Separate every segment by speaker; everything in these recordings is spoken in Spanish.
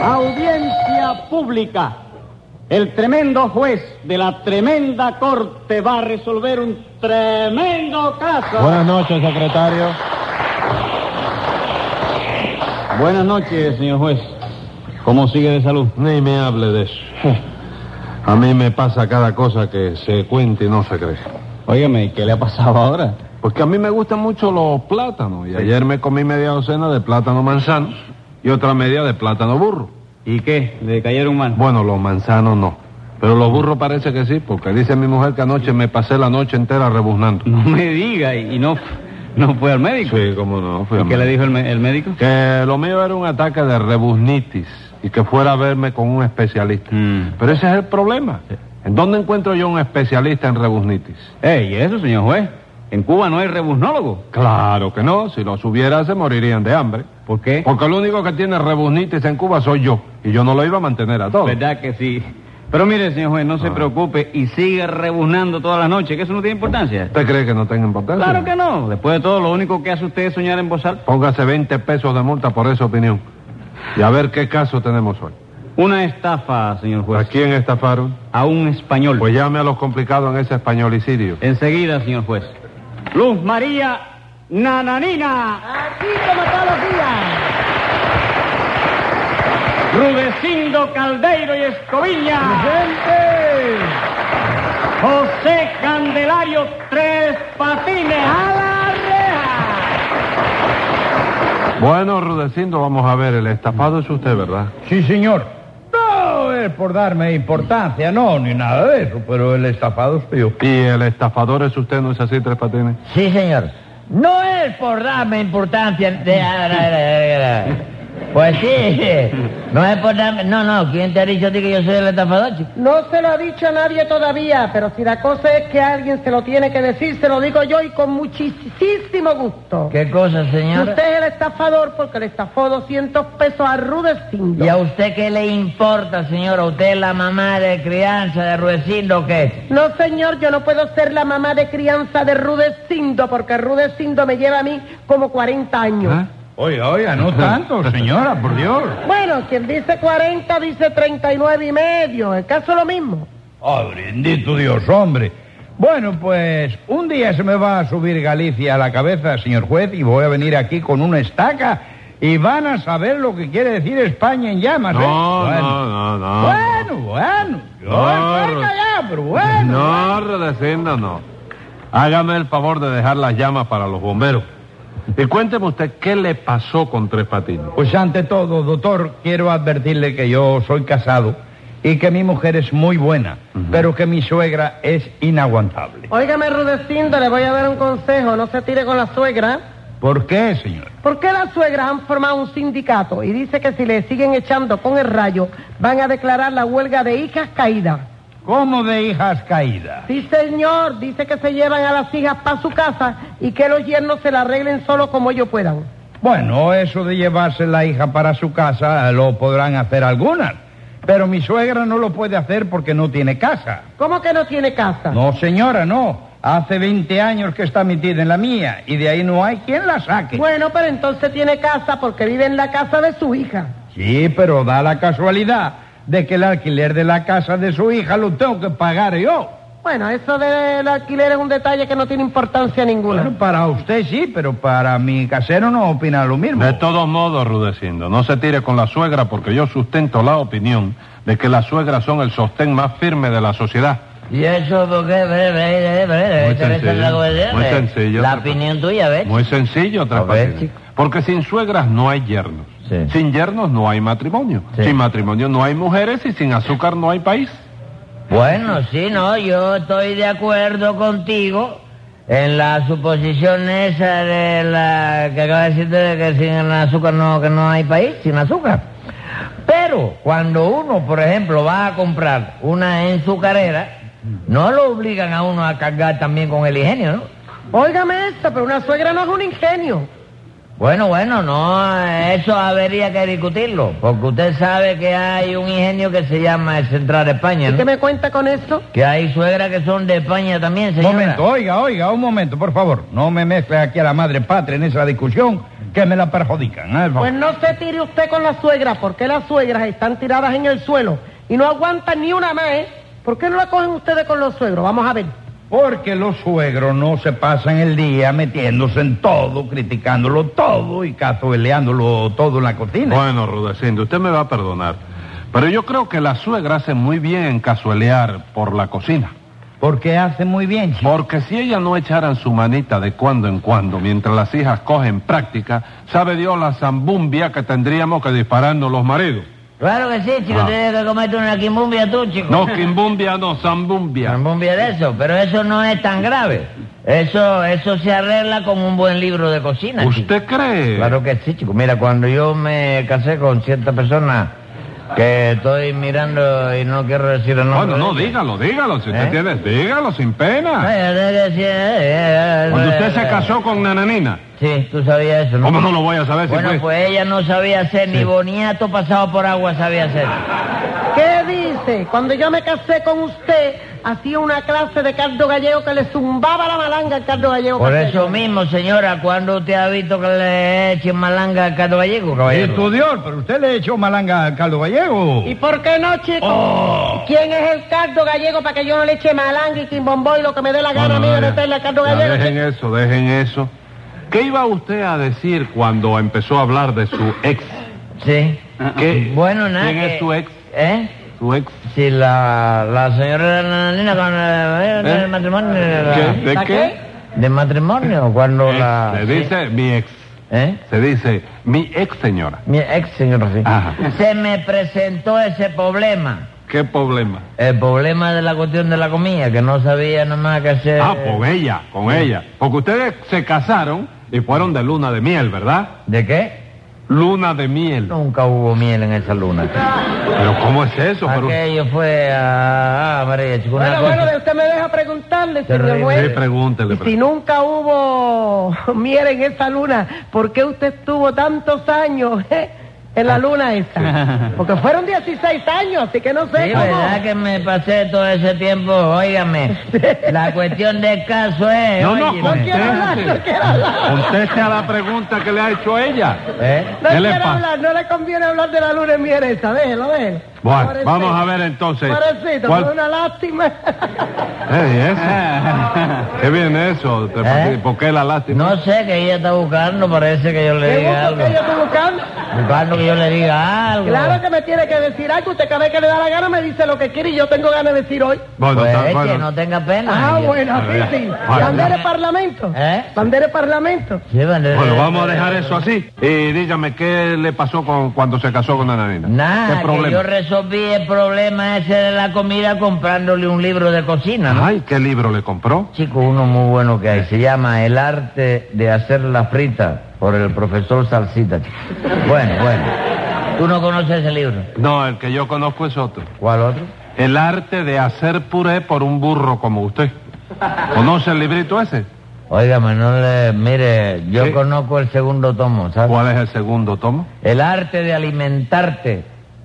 Speaker 1: Audiencia pública. El tremendo juez de la tremenda corte va a resolver un tremendo caso.
Speaker 2: Buenas noches, secretario.
Speaker 1: Buenas noches, señor juez. ¿Cómo sigue de salud?
Speaker 2: Ni me hable de eso. A mí me pasa cada cosa que se cuente y no se cree.
Speaker 1: Óigame, ¿y ¿qué le ha pasado ahora?
Speaker 2: Porque a mí me gustan mucho los plátanos. Y ayer me comí media docena de plátano manzano y otra media de plátano burro.
Speaker 1: ¿Y qué? ¿Le cayeron mal?
Speaker 2: Bueno, los manzanos no. Pero los burros parece que sí, porque dice mi mujer que anoche me pasé la noche entera rebuznando.
Speaker 1: No me diga, y y no, no fue al médico.
Speaker 2: Sí, cómo no. fui
Speaker 1: ¿Y
Speaker 2: a
Speaker 1: qué le
Speaker 2: México.
Speaker 1: dijo el, me- el médico?
Speaker 2: Que lo mío era un ataque de rebuznitis y que fuera a verme con un especialista.
Speaker 1: Mm.
Speaker 2: Pero ese es el problema. ¿En dónde encuentro yo un especialista en rebuznitis?
Speaker 1: Ey, ¿y eso, señor juez? Pues, En Cuba no hay rebuznólogo.
Speaker 2: Claro que no, si los hubiera se morirían de hambre.
Speaker 1: ¿Por qué?
Speaker 2: Porque el único que tiene rebuznitis en Cuba soy yo, y yo no lo iba a mantener a todos.
Speaker 1: ¿Verdad que sí? Pero mire, señor juez, no se
Speaker 2: Oh. Ah.
Speaker 1: preocupe y siga rebuznando todas las noches, que eso no tiene importancia.
Speaker 2: ¿Usted cree que no tenga importancia?
Speaker 1: Claro que no. Después de todo, lo único que hace usted es soñar en voz alta.
Speaker 2: Póngase 20 pesos de multa por esa opinión. Y a ver qué caso tenemos hoy.
Speaker 1: Una estafa, señor
Speaker 2: ¿A
Speaker 3: Pues-
Speaker 1: juez,
Speaker 2: quién estafaron?
Speaker 1: a un español.
Speaker 2: Pues llame a los complicados en ese españolicidio.
Speaker 1: Enseguida, señor juez. Luz María Nananina. Aquí como todos los días. Rudecindo Caldeiro y Escoviña. José Candelario Tres Patines. A la reja.
Speaker 2: Bueno, Rudecindo, vamos a ver, el estafado es usted, ¿verdad?
Speaker 4: Sí, señor. No es por darme importancia, no, ni nada de eso, pero el estafado soy yo.
Speaker 2: Y el estafador es usted, ¿no es así, Tres Patines?
Speaker 4: Sí, señor. No es por darme importancia. de- Pues sí, no es por darme... No, no, ¿quién te ha dicho a ti que yo soy el estafador, chico?
Speaker 5: No se lo ha dicho a nadie todavía, pero si la cosa es que alguien se lo tiene que decir, se lo digo yo y con muchísimo gusto.
Speaker 4: ¿Qué cosa, señor?
Speaker 5: Usted es el estafador porque le estafó 200 pesos a Rudecindo.
Speaker 4: ¿Y a usted qué le importa, señor? ¿A usted es la mamá de crianza de Ruecindo qué?
Speaker 5: No, señor, yo no puedo ser la mamá de crianza de Rudecindo porque Rudecindo me lleva a mí como 40 años.
Speaker 2: ¿Ah?
Speaker 3: Oiga, oiga, no tanto, señora, por Dios.
Speaker 5: Bueno, quien dice 40 dice 39 y medio. El caso es lo mismo.
Speaker 3: Oh, bendito Dios, hombre. Bueno, pues un día se me va a subir Galicia a la cabeza, señor juez, y voy a venir aquí con una estaca y van a saber lo que quiere decir España en llamas. ¿eh?
Speaker 2: No,
Speaker 3: Bueno.
Speaker 2: no, no, no.
Speaker 3: Bueno, bueno. Yo
Speaker 2: No,
Speaker 3: estoy
Speaker 2: Ru-
Speaker 3: callado, pero bueno.
Speaker 2: No, Rudecindo, no. Hágame el favor de dejar las llamas para los bomberos. Y cuénteme usted qué le pasó con Tres Patines.
Speaker 3: Pues ante todo, doctor, quiero advertirle que yo soy casado y que mi mujer es muy buena, pero que mi suegra es inaguantable.
Speaker 5: Óigame, Rudecindo, le voy a dar un consejo. No se tire con la suegra.
Speaker 3: ¿Por qué, señor?
Speaker 5: ¿Por qué las suegras han formado un sindicato y dice que si le siguen echando con el rayo van a declarar la huelga de hijas caídas?
Speaker 3: ¿Cómo de hijas caídas?
Speaker 5: Sí, señor, dice que se llevan a las hijas para su casa y que los yernos se la arreglen solo como ellos puedan.
Speaker 3: Bueno, eso de llevarse la hija para su casa eh, lo podrán hacer algunas, pero mi suegra no lo puede hacer porque no tiene casa.
Speaker 5: ¿Cómo que no tiene casa?
Speaker 3: No, señora, no. Hace 20 años que está metida en la mía y de ahí no hay quien la saque.
Speaker 5: Bueno, pero entonces tiene casa porque vive en la casa de su hija.
Speaker 3: Sí, pero da la casualidad de que el alquiler de la casa de su hija lo tengo que pagar yo.
Speaker 5: Bueno, eso del alquiler es un detalle que no tiene importancia ninguna.
Speaker 3: Bueno, para usted sí, pero para mi casero no opina lo mismo.
Speaker 2: De todos modos, Rudecindo, no se tire con la suegra porque yo sustento la opinión de que las suegras son el sostén más firme de la sociedad.
Speaker 4: ¿Y eso por qué?
Speaker 2: Muy
Speaker 4: Muy
Speaker 2: sencillo, muy sencillo.
Speaker 4: La opinión tuya, ¿ves?
Speaker 2: Muy sencillo, Tres
Speaker 4: ¿Eh? A ver,
Speaker 2: Patines.
Speaker 4: chico.
Speaker 2: Porque sin suegras no hay yernos.
Speaker 4: Sí.
Speaker 2: Sin yernos no hay matrimonio.
Speaker 4: Sí.
Speaker 2: Sin matrimonio no hay mujeres y sin azúcar no hay país.
Speaker 4: Bueno, sí, no, yo estoy de acuerdo contigo en la suposición esa de la que acaba de decirte de que sin el azúcar no, que no hay país, sin azúcar. Pero cuando uno, por ejemplo, va a comprar una enzucarera, no lo obligan a uno a cargar también con el ingenio, ¿no?
Speaker 5: Óigame esto, pero una suegra no es un ingenio.
Speaker 4: Bueno, bueno, no, eso habría que discutirlo, porque usted sabe que hay un ingenio que se llama el Central España,
Speaker 5: ¿Y
Speaker 4: ¿no?
Speaker 5: qué me cuenta con eso?
Speaker 4: Que hay suegras que son de España también,
Speaker 3: Un
Speaker 4: señora.
Speaker 3: momento, oiga, oiga, un momento, por favor. No me mezcle aquí a la madre patria en esa discusión que me la perjudican. ¿eh? Por favor.
Speaker 5: Pues no se tire usted con la suegra, porque las suegras están tiradas en el suelo y no aguantan ni una más, ¿eh? ¿Por qué no la cogen ustedes con los suegros? Vamos a ver.
Speaker 3: Porque los suegros no se pasan el día metiéndose en todo, criticándolo todo y cazueleándolo todo en la cocina.
Speaker 2: Bueno, Rudecindo, usted me va a perdonar. Pero yo creo que la suegra hace muy bien en casuelear por la cocina.
Speaker 3: Porque hace muy bien, chico.
Speaker 2: Porque si ella no echaran su manita de cuando en cuando, mientras las hijas cogen práctica, sabe Dios la zambumbia que tendríamos que dispararnos los maridos.
Speaker 4: Claro que sí, chico,
Speaker 2: Ah.
Speaker 4: tienes que comerte una quimbumbia tú, chico.
Speaker 2: No, quimbumbia no, zambumbia.
Speaker 4: Quimbumbia de eso, pero eso no es tan grave. Eso, eso se arregla con un buen libro de cocina, chico.
Speaker 2: ¿Usted cree?
Speaker 4: Claro que sí, chico. Mira, cuando yo me casé con cierta persona que estoy mirando y no quiero decir el nombre.
Speaker 2: Bueno, no,
Speaker 4: de ella.
Speaker 2: dígalo, dígalo, si usted
Speaker 4: ¿Eh?
Speaker 2: tiene, dígalo sin pena.
Speaker 4: Ay, ay, ay, ay, ay,
Speaker 2: Cuando usted
Speaker 4: ay,
Speaker 2: se
Speaker 4: ay.
Speaker 2: casó con Nananina,
Speaker 4: Sí, tú sabías eso, ¿no?
Speaker 2: ¿cómo eh, no lo voy a saber si
Speaker 4: Bueno,
Speaker 2: fue?
Speaker 4: pues ella no sabía hacer ni
Speaker 2: Sí.
Speaker 4: boniato pasado por agua sabía hacer.
Speaker 5: ¿Qué dice? Cuando yo me casé con usted, hacía una clase de caldo gallego que le zumbaba la malanga al caldo gallego.
Speaker 4: Por
Speaker 5: que hacía
Speaker 4: eso
Speaker 5: yo.
Speaker 4: mismo, señora, cuando usted ha visto que le echen malanga al Cato Gallego, caballero?
Speaker 3: Estudió, pero usted le echó malanga al caldo gallego.
Speaker 5: ¿Y por qué no, chicos? ¿Quién es el caldo gallego para que yo no le eche malanga y quimbombo y lo que me dé la
Speaker 2: No,
Speaker 5: gana
Speaker 2: no,
Speaker 5: a mí de
Speaker 2: ya.
Speaker 5: meterle al caldo
Speaker 2: Ya,
Speaker 5: gallego?
Speaker 2: dejen eso, dejen eso. ¿Qué iba usted a decir cuando empezó a hablar de su ex?
Speaker 4: Sí.
Speaker 2: ¿Qué?
Speaker 4: Bueno, nada.
Speaker 2: Ah, ¿Quién es
Speaker 4: que-
Speaker 2: su ex?
Speaker 4: ¿Eh?
Speaker 2: Su ex.
Speaker 4: Si la, la señora Nananina con el,
Speaker 2: ¿Eh?
Speaker 4: matrimonio. la-
Speaker 2: ¿Qué? ¿De
Speaker 5: ¿La
Speaker 2: qué?
Speaker 4: De matrimonio, cuando la...
Speaker 2: Se
Speaker 4: sí.
Speaker 2: dice mi ex.
Speaker 4: ¿Eh?
Speaker 2: Se dice mi ex señora.
Speaker 4: Mi ex señor, sí.
Speaker 2: Ajá.
Speaker 4: Se me presentó ese problema.
Speaker 2: ¿Qué problema?
Speaker 4: El problema de la cuestión de la comida, que no sabía nada más que hacer.
Speaker 2: Ah, con ella, con ella. Porque ustedes se casaron y fueron de luna de miel, ¿verdad?
Speaker 4: ¿De qué?
Speaker 2: Luna de miel.
Speaker 4: Nunca hubo miel en esa luna.
Speaker 2: Pero ¿cómo es eso? Pero-
Speaker 4: Aquello fue a... Ah, María, chico, una
Speaker 5: Bueno,
Speaker 4: cosa.
Speaker 5: bueno, de usted me deja preguntarle, señor
Speaker 4: Terrible.
Speaker 2: Sí,
Speaker 5: juez.
Speaker 2: pregúntele.
Speaker 5: Y si
Speaker 2: pregúntele.
Speaker 5: nunca hubo miel en esa luna, ¿por qué usted estuvo tantos años eh, en
Speaker 2: Ah.
Speaker 5: la luna esa? Porque fueron 16 años, así que no sé
Speaker 4: Sí,
Speaker 5: cómo.
Speaker 4: verdad que me pasé todo ese tiempo, óigame. La cuestión del caso es...
Speaker 2: No, no,
Speaker 4: óyeme.
Speaker 5: con- quiero hablar, no quiero hablar.
Speaker 2: Conteste a la pregunta que le ha hecho ella.
Speaker 4: ¿Eh?
Speaker 5: No
Speaker 2: ¿Qué le
Speaker 5: quiero
Speaker 2: pasa?
Speaker 5: hablar, no le conviene hablar de la luna en miel esa, déjelo, déjelo.
Speaker 2: Bueno,
Speaker 5: Pobrecito.
Speaker 2: vamos a ver entonces.
Speaker 5: Pobrecito,
Speaker 2: ¿Cuál-
Speaker 5: fue una lástima.
Speaker 2: Ey, eso. ¿Qué viene eso? ¿Te-
Speaker 4: ¿Eh?
Speaker 2: ¿Por qué la lástima?
Speaker 4: No sé que ella está buscando, parece que yo le
Speaker 5: ¿Qué
Speaker 4: diga
Speaker 5: gusto
Speaker 4: algo.
Speaker 5: que yo estoy buscando?
Speaker 4: Buscando que yo le diga algo.
Speaker 5: Claro que me tiene que decir algo, usted cada vez que le da la gana me dice lo que quiere y yo tengo ganas de decir hoy.
Speaker 2: Bueno,
Speaker 4: Pues
Speaker 2: está-
Speaker 4: es
Speaker 2: bueno.
Speaker 4: que no tenga pena.
Speaker 5: Ah,
Speaker 4: Ya.
Speaker 5: bueno, así
Speaker 2: Bueno,
Speaker 5: sí.
Speaker 2: ya.
Speaker 5: Bandera de parlamento.
Speaker 4: ¿Eh?
Speaker 5: Bandera de parlamento.
Speaker 4: Sí, bueno,
Speaker 2: Bueno,
Speaker 4: eh,
Speaker 2: vamos a
Speaker 4: eh,
Speaker 2: dejar eso así. Y dígame, ¿qué le pasó con cuando se casó con Nananina?
Speaker 4: Nada,
Speaker 2: ¿Qué
Speaker 4: que yo
Speaker 2: problema?
Speaker 4: resolví el problema ese de la comida comprándole un libro de cocina, ¿no?
Speaker 2: Ay, ¿qué libro le compró?
Speaker 4: Chico, uno muy bueno que hay, se llama El arte de hacer la frita, por el profesor Salsita, chico. Bueno, bueno. ¿Tú no conoces ese libro?
Speaker 2: No, el que yo conozco es otro.
Speaker 4: ¿Cuál otro?
Speaker 2: El arte de hacer puré por un burro como usted. ¿Conoce el librito ese?
Speaker 4: Óigame, no le... Mire, yo
Speaker 2: ¿Qué?
Speaker 4: conozco el segundo tomo, ¿sabes?
Speaker 2: ¿Cuál es el segundo tomo?
Speaker 4: El arte de alimentarte.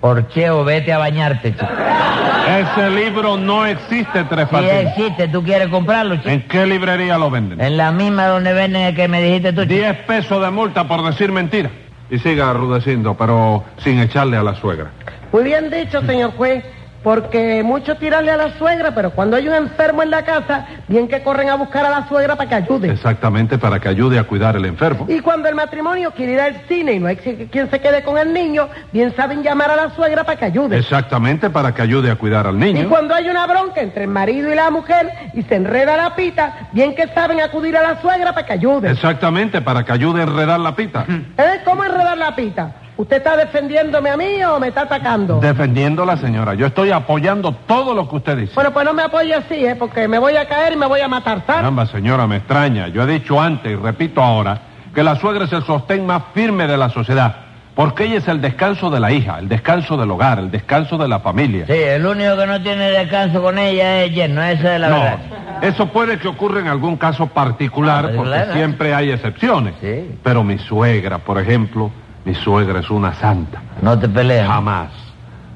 Speaker 4: Porcheo, vete a bañarte, chico.
Speaker 2: Ah, Ese libro no existe, Tres
Speaker 4: Si
Speaker 2: Patines.
Speaker 4: existe, tú quieres comprarlo, chico.
Speaker 2: ¿En qué librería lo venden?
Speaker 4: En la misma donde venden el que me dijiste tú, chico.
Speaker 2: Diez pesos de multa por decir mentira. Y siga arrudeciendo, pero sin echarle a la suegra.
Speaker 5: Muy bien dicho, señor juez, porque mucho tirarle a la suegra, pero cuando hay un enfermo en la casa, bien que corren a buscar a la suegra para que ayude.
Speaker 2: Exactamente, para que ayude a cuidar al enfermo.
Speaker 5: Y cuando el matrimonio quiere ir al cine y no hay que- quien se quede con el niño, bien saben llamar a la suegra para que ayude.
Speaker 2: Exactamente, para que ayude a cuidar al
Speaker 5: Y
Speaker 2: niño.
Speaker 5: cuando hay una bronca entre el marido y la mujer y se enreda la pita, bien que saben acudir a la suegra para que ayude.
Speaker 2: Exactamente, para que ayude a enredar la pita.
Speaker 5: ¿Eh? ¿Cómo enredar la pita? ¿Usted está defendiéndome a mí o me está atacando?
Speaker 2: Defendiendo a la señora. Yo estoy apoyando todo lo que usted dice.
Speaker 5: Bueno, pues no me apoye así, ¿eh? porque me voy a caer y me voy a matar, ¿sabes?
Speaker 2: Caramba, señora, me extraña. Yo he dicho antes y repito ahora que la suegra es el sostén más firme de la sociedad. Porque ella es el descanso de la hija, el descanso del hogar, el descanso de la familia.
Speaker 4: Sí, el único que no tiene descanso con ella es Jen, no, esa es la
Speaker 2: no,
Speaker 4: verdad.
Speaker 2: Eso puede que ocurra en algún caso
Speaker 4: Ah,
Speaker 2: particular,
Speaker 4: particular,
Speaker 2: porque
Speaker 4: ¿no?
Speaker 2: siempre hay excepciones.
Speaker 4: Sí.
Speaker 2: Pero mi suegra, por ejemplo, mi suegra es una santa.
Speaker 4: No te pelean.
Speaker 2: Jamás.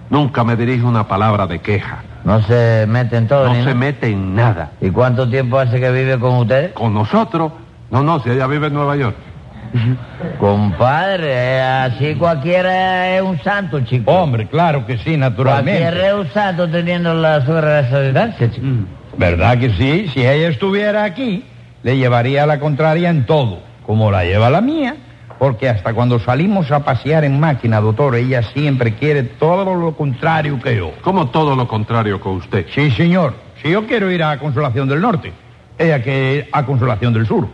Speaker 2: Nunca me dirige una palabra de queja.
Speaker 4: No se meten todos.
Speaker 2: No
Speaker 4: ni
Speaker 2: se
Speaker 4: nada.
Speaker 2: mete en nada.
Speaker 4: ¿Y cuánto tiempo hace que vive con usted?
Speaker 2: Con nosotros, no, no, si ella vive en Nueva York.
Speaker 4: Compadre, eh, así cualquiera es un santo, chico.
Speaker 3: Hombre, claro que sí,
Speaker 4: cualquiera
Speaker 3: naturalmente.
Speaker 4: es un santo teniendo la suegra de solidaridad, chico.
Speaker 3: Mm. ¿Verdad que sí? Si ella estuviera aquí, le llevaría la contraria en todo, como la lleva la mía. Porque hasta cuando salimos a pasear en máquina, doctor, ella siempre quiere todo lo contrario que yo.
Speaker 2: Como todo lo contrario que usted.
Speaker 3: Sí, señor. Si yo quiero ir a Consolación del Norte, ella quiere ir a Consolación del Sur.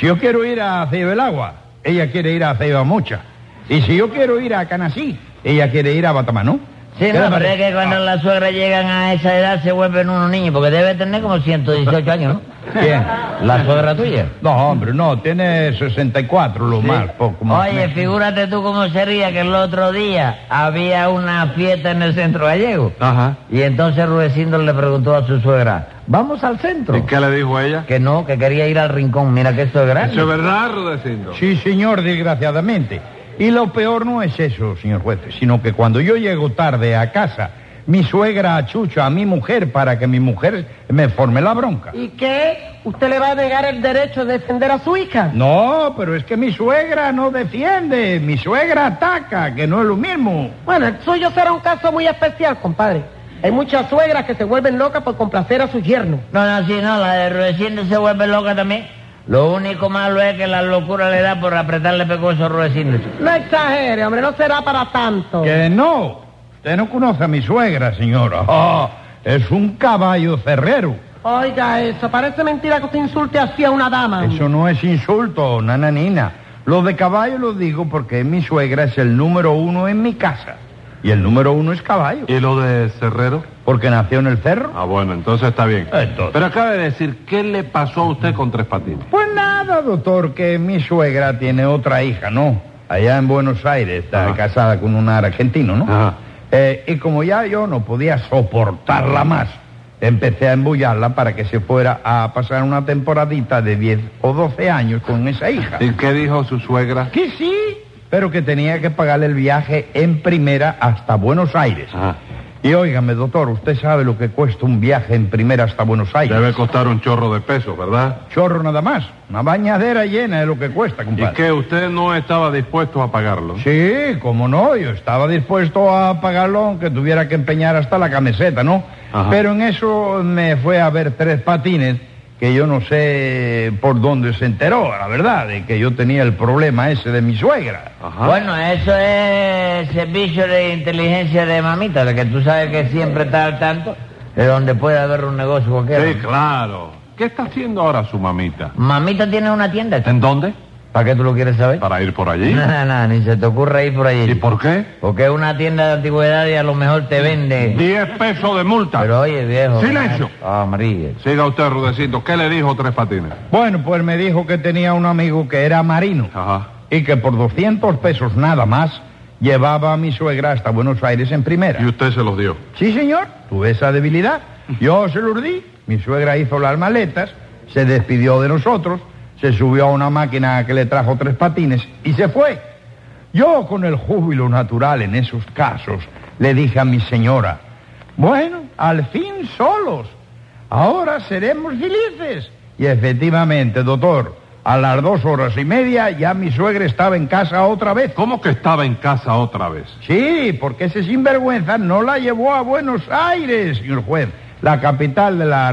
Speaker 3: Si yo quiero ir a Ceiba el Agua, ella quiere ir a Ceiba Mocha. Y si yo quiero ir a Canasí, ella quiere ir a Batamanú.
Speaker 4: Sí,
Speaker 3: ¿Qué le
Speaker 4: no, pero
Speaker 3: parece?
Speaker 4: es que cuando
Speaker 3: Ah,
Speaker 4: las suegras llegan a esa edad se vuelven unos niños, porque debe tener como 118 años, ¿no?
Speaker 3: Bien.
Speaker 4: La suegra tuya.
Speaker 3: No, hombre, no, tiene 64 lo más, poco más.
Speaker 4: Oye, figúrate tú cómo sería que el otro día había una fiesta en el centro gallego.
Speaker 2: Ajá.
Speaker 4: Y entonces Rudecindo le preguntó a su suegra, ¿vamos al centro?
Speaker 2: ¿Y qué le dijo ella?
Speaker 4: Que no, que quería ir al rincón. Mira que esto es grande.
Speaker 2: Eso es verdad, Rudecindo.
Speaker 3: Sí, señor, desgraciadamente. Y lo peor no es eso, señor juez, sino que cuando yo llego tarde a casa, mi suegra achucha a mi mujer para que mi mujer me forme la bronca.
Speaker 5: ¿Y qué? ¿Usted le va a negar el derecho de defender a su hija?
Speaker 3: No, pero es que mi suegra no defiende, mi suegra ataca, que no es lo mismo.
Speaker 5: Bueno, el suyo será un caso muy especial, compadre. Hay muchas suegras que se vuelven locas por complacer a sus yernos.
Speaker 4: No, no, sí, no, la de Rudecindo se vuelve loca también. Lo único malo es que la locura le da por apretarle pecoso a Rudecindo.
Speaker 5: No exagere, hombre, no será para tanto.
Speaker 3: Que no, usted no conoce a mi suegra, señora. Ah, es un caballo cerrero.
Speaker 5: Oiga eso, parece mentira que usted insulte así a una dama. hombre.
Speaker 3: Eso no es insulto, nananina. Lo de caballo lo digo porque mi suegra es el número uno en mi casa. Y el número uno es caballo,
Speaker 2: ¿Y lo de Cerrero?
Speaker 3: porque nació en el cerro.
Speaker 2: Ah, bueno, entonces está bien.
Speaker 3: Entonces.
Speaker 2: Pero acaba de decir, ¿qué le pasó a usted con Tres Patines?
Speaker 3: Pues nada, doctor, que mi suegra tiene otra hija, ¿no? Allá en Buenos Aires, está
Speaker 2: Ajá.
Speaker 3: casada con un argentino, ¿no?
Speaker 2: Ajá.
Speaker 3: Eh, y como ya yo no podía soportarla más, empecé a embullarla para que se fuera a pasar una temporadita de 10 o 12 años con esa hija.
Speaker 2: ¿Y qué dijo su suegra?
Speaker 3: Que sí, pero que tenía que pagarle el viaje en primera hasta Buenos Aires.
Speaker 2: Ajá.
Speaker 3: Y óigame, doctor, usted sabe lo que cuesta un viaje en primera hasta Buenos Aires.
Speaker 2: Debe costar un chorro de pesos, ¿verdad?
Speaker 3: Chorro nada más. Una bañadera llena de lo que cuesta,
Speaker 2: ¿Y
Speaker 3: compadre.
Speaker 2: que usted no estaba dispuesto a pagarlo?
Speaker 3: Sí, como no, yo estaba dispuesto a pagarlo aunque tuviera que empeñar hasta la camiseta, ¿no?
Speaker 2: Ajá.
Speaker 3: Pero en eso me fue a ver tres patines que yo no sé por dónde se enteró, la verdad, de que yo tenía el problema ese de mi suegra.
Speaker 2: Ajá.
Speaker 4: Bueno, eso es servicio de inteligencia de mamita, de que tú sabes que siempre está al tanto de donde puede haber un negocio cualquiera.
Speaker 2: Sí, claro. ¿Qué está haciendo ahora su mamita?
Speaker 4: Mamita tiene una tienda, chico.
Speaker 2: ¿En dónde?
Speaker 4: ¿Para qué tú lo quieres saber?
Speaker 2: Para ir por allí.
Speaker 4: Nada, nada, ni se te ocurra ir por allí.
Speaker 2: Ah, ¿Y
Speaker 4: chico.
Speaker 2: por qué?
Speaker 4: Porque es una tienda de antigüedades y a lo mejor te vende.
Speaker 2: Diez pesos de multa.
Speaker 4: Pero oye, viejo.
Speaker 2: Silencio.
Speaker 4: Ah, María.
Speaker 2: Siga usted, Rudecindo. ¿Qué le dijo Tres Patines?
Speaker 3: Bueno, pues me dijo que tenía un amigo que era marino
Speaker 2: Ajá.
Speaker 3: y que por 200 pesos nada más llevaba a mi suegra hasta Buenos Aires en primera.
Speaker 2: Y usted se los dio.
Speaker 3: Sí, señor, tuve esa debilidad. Yo se lo di, mi suegra hizo las maletas, se despidió de nosotros, se subió a una máquina que le trajo tres patines y se fue. Yo, con el júbilo natural en esos casos, le dije a mi señora, bueno, al fin solos, ahora seremos felices. Y efectivamente, doctor, a las dos horas y media ya mi suegra estaba en casa otra vez.
Speaker 2: ¿Cómo que estaba en casa otra vez?
Speaker 3: Sí, porque ese sinvergüenza no la llevó a Buenos Aires, señor juez, la capital de la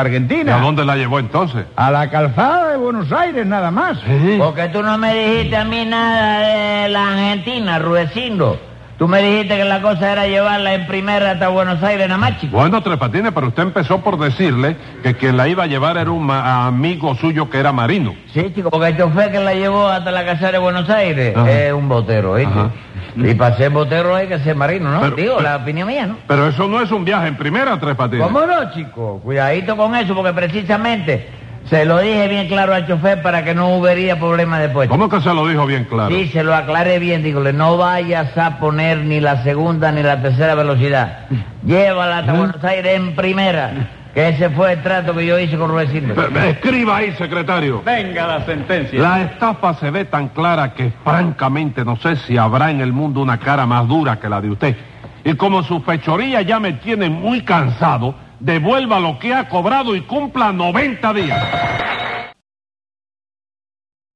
Speaker 2: ¿Y a
Speaker 3: Argentina.
Speaker 2: dónde la llevó entonces?
Speaker 3: A la calzada de Buenos Aires, nada más.
Speaker 4: Porque tú no me dijiste a mí nada de la Argentina, Ruecindo. Tú me dijiste que la cosa era llevarla en primera hasta Buenos Aires, nada más, chico.
Speaker 2: Bueno, Tres Patines, pero usted empezó por decirle que quien la iba a llevar era un ma- amigo suyo que era marino.
Speaker 4: Sí, chico, porque el chofer que la llevó hasta la casa de Buenos Aires
Speaker 2: Ajá.
Speaker 4: es un botero, ¿oíste?
Speaker 2: Ajá.
Speaker 4: Y para ser botero hay que ser marino, ¿no?
Speaker 2: Pero-
Speaker 4: Digo,
Speaker 2: pero-
Speaker 4: la opinión mía, ¿no?
Speaker 2: Pero eso no es un viaje en primera, Tres Patines.
Speaker 4: ¿Cómo no, chico? Cuidadito con eso, porque precisamente se lo dije bien claro al chofer para que no hubiera problema después.
Speaker 2: ¿Cómo que se lo dijo bien claro?
Speaker 4: Sí, se lo aclaré bien, dígole, no vayas a poner ni la segunda ni la tercera velocidad. Llévala hasta Buenos Aires en primera. que ese fue el trato que yo hice con Rubén Silva.
Speaker 2: Escriba ahí, secretario.
Speaker 1: Venga la sentencia.
Speaker 2: La estafa se ve tan clara que francamente no sé si habrá en el mundo una cara más dura que la de usted. Y como su fechoría ya me tiene muy cansado, devuelva lo que ha cobrado y cumpla 90 días.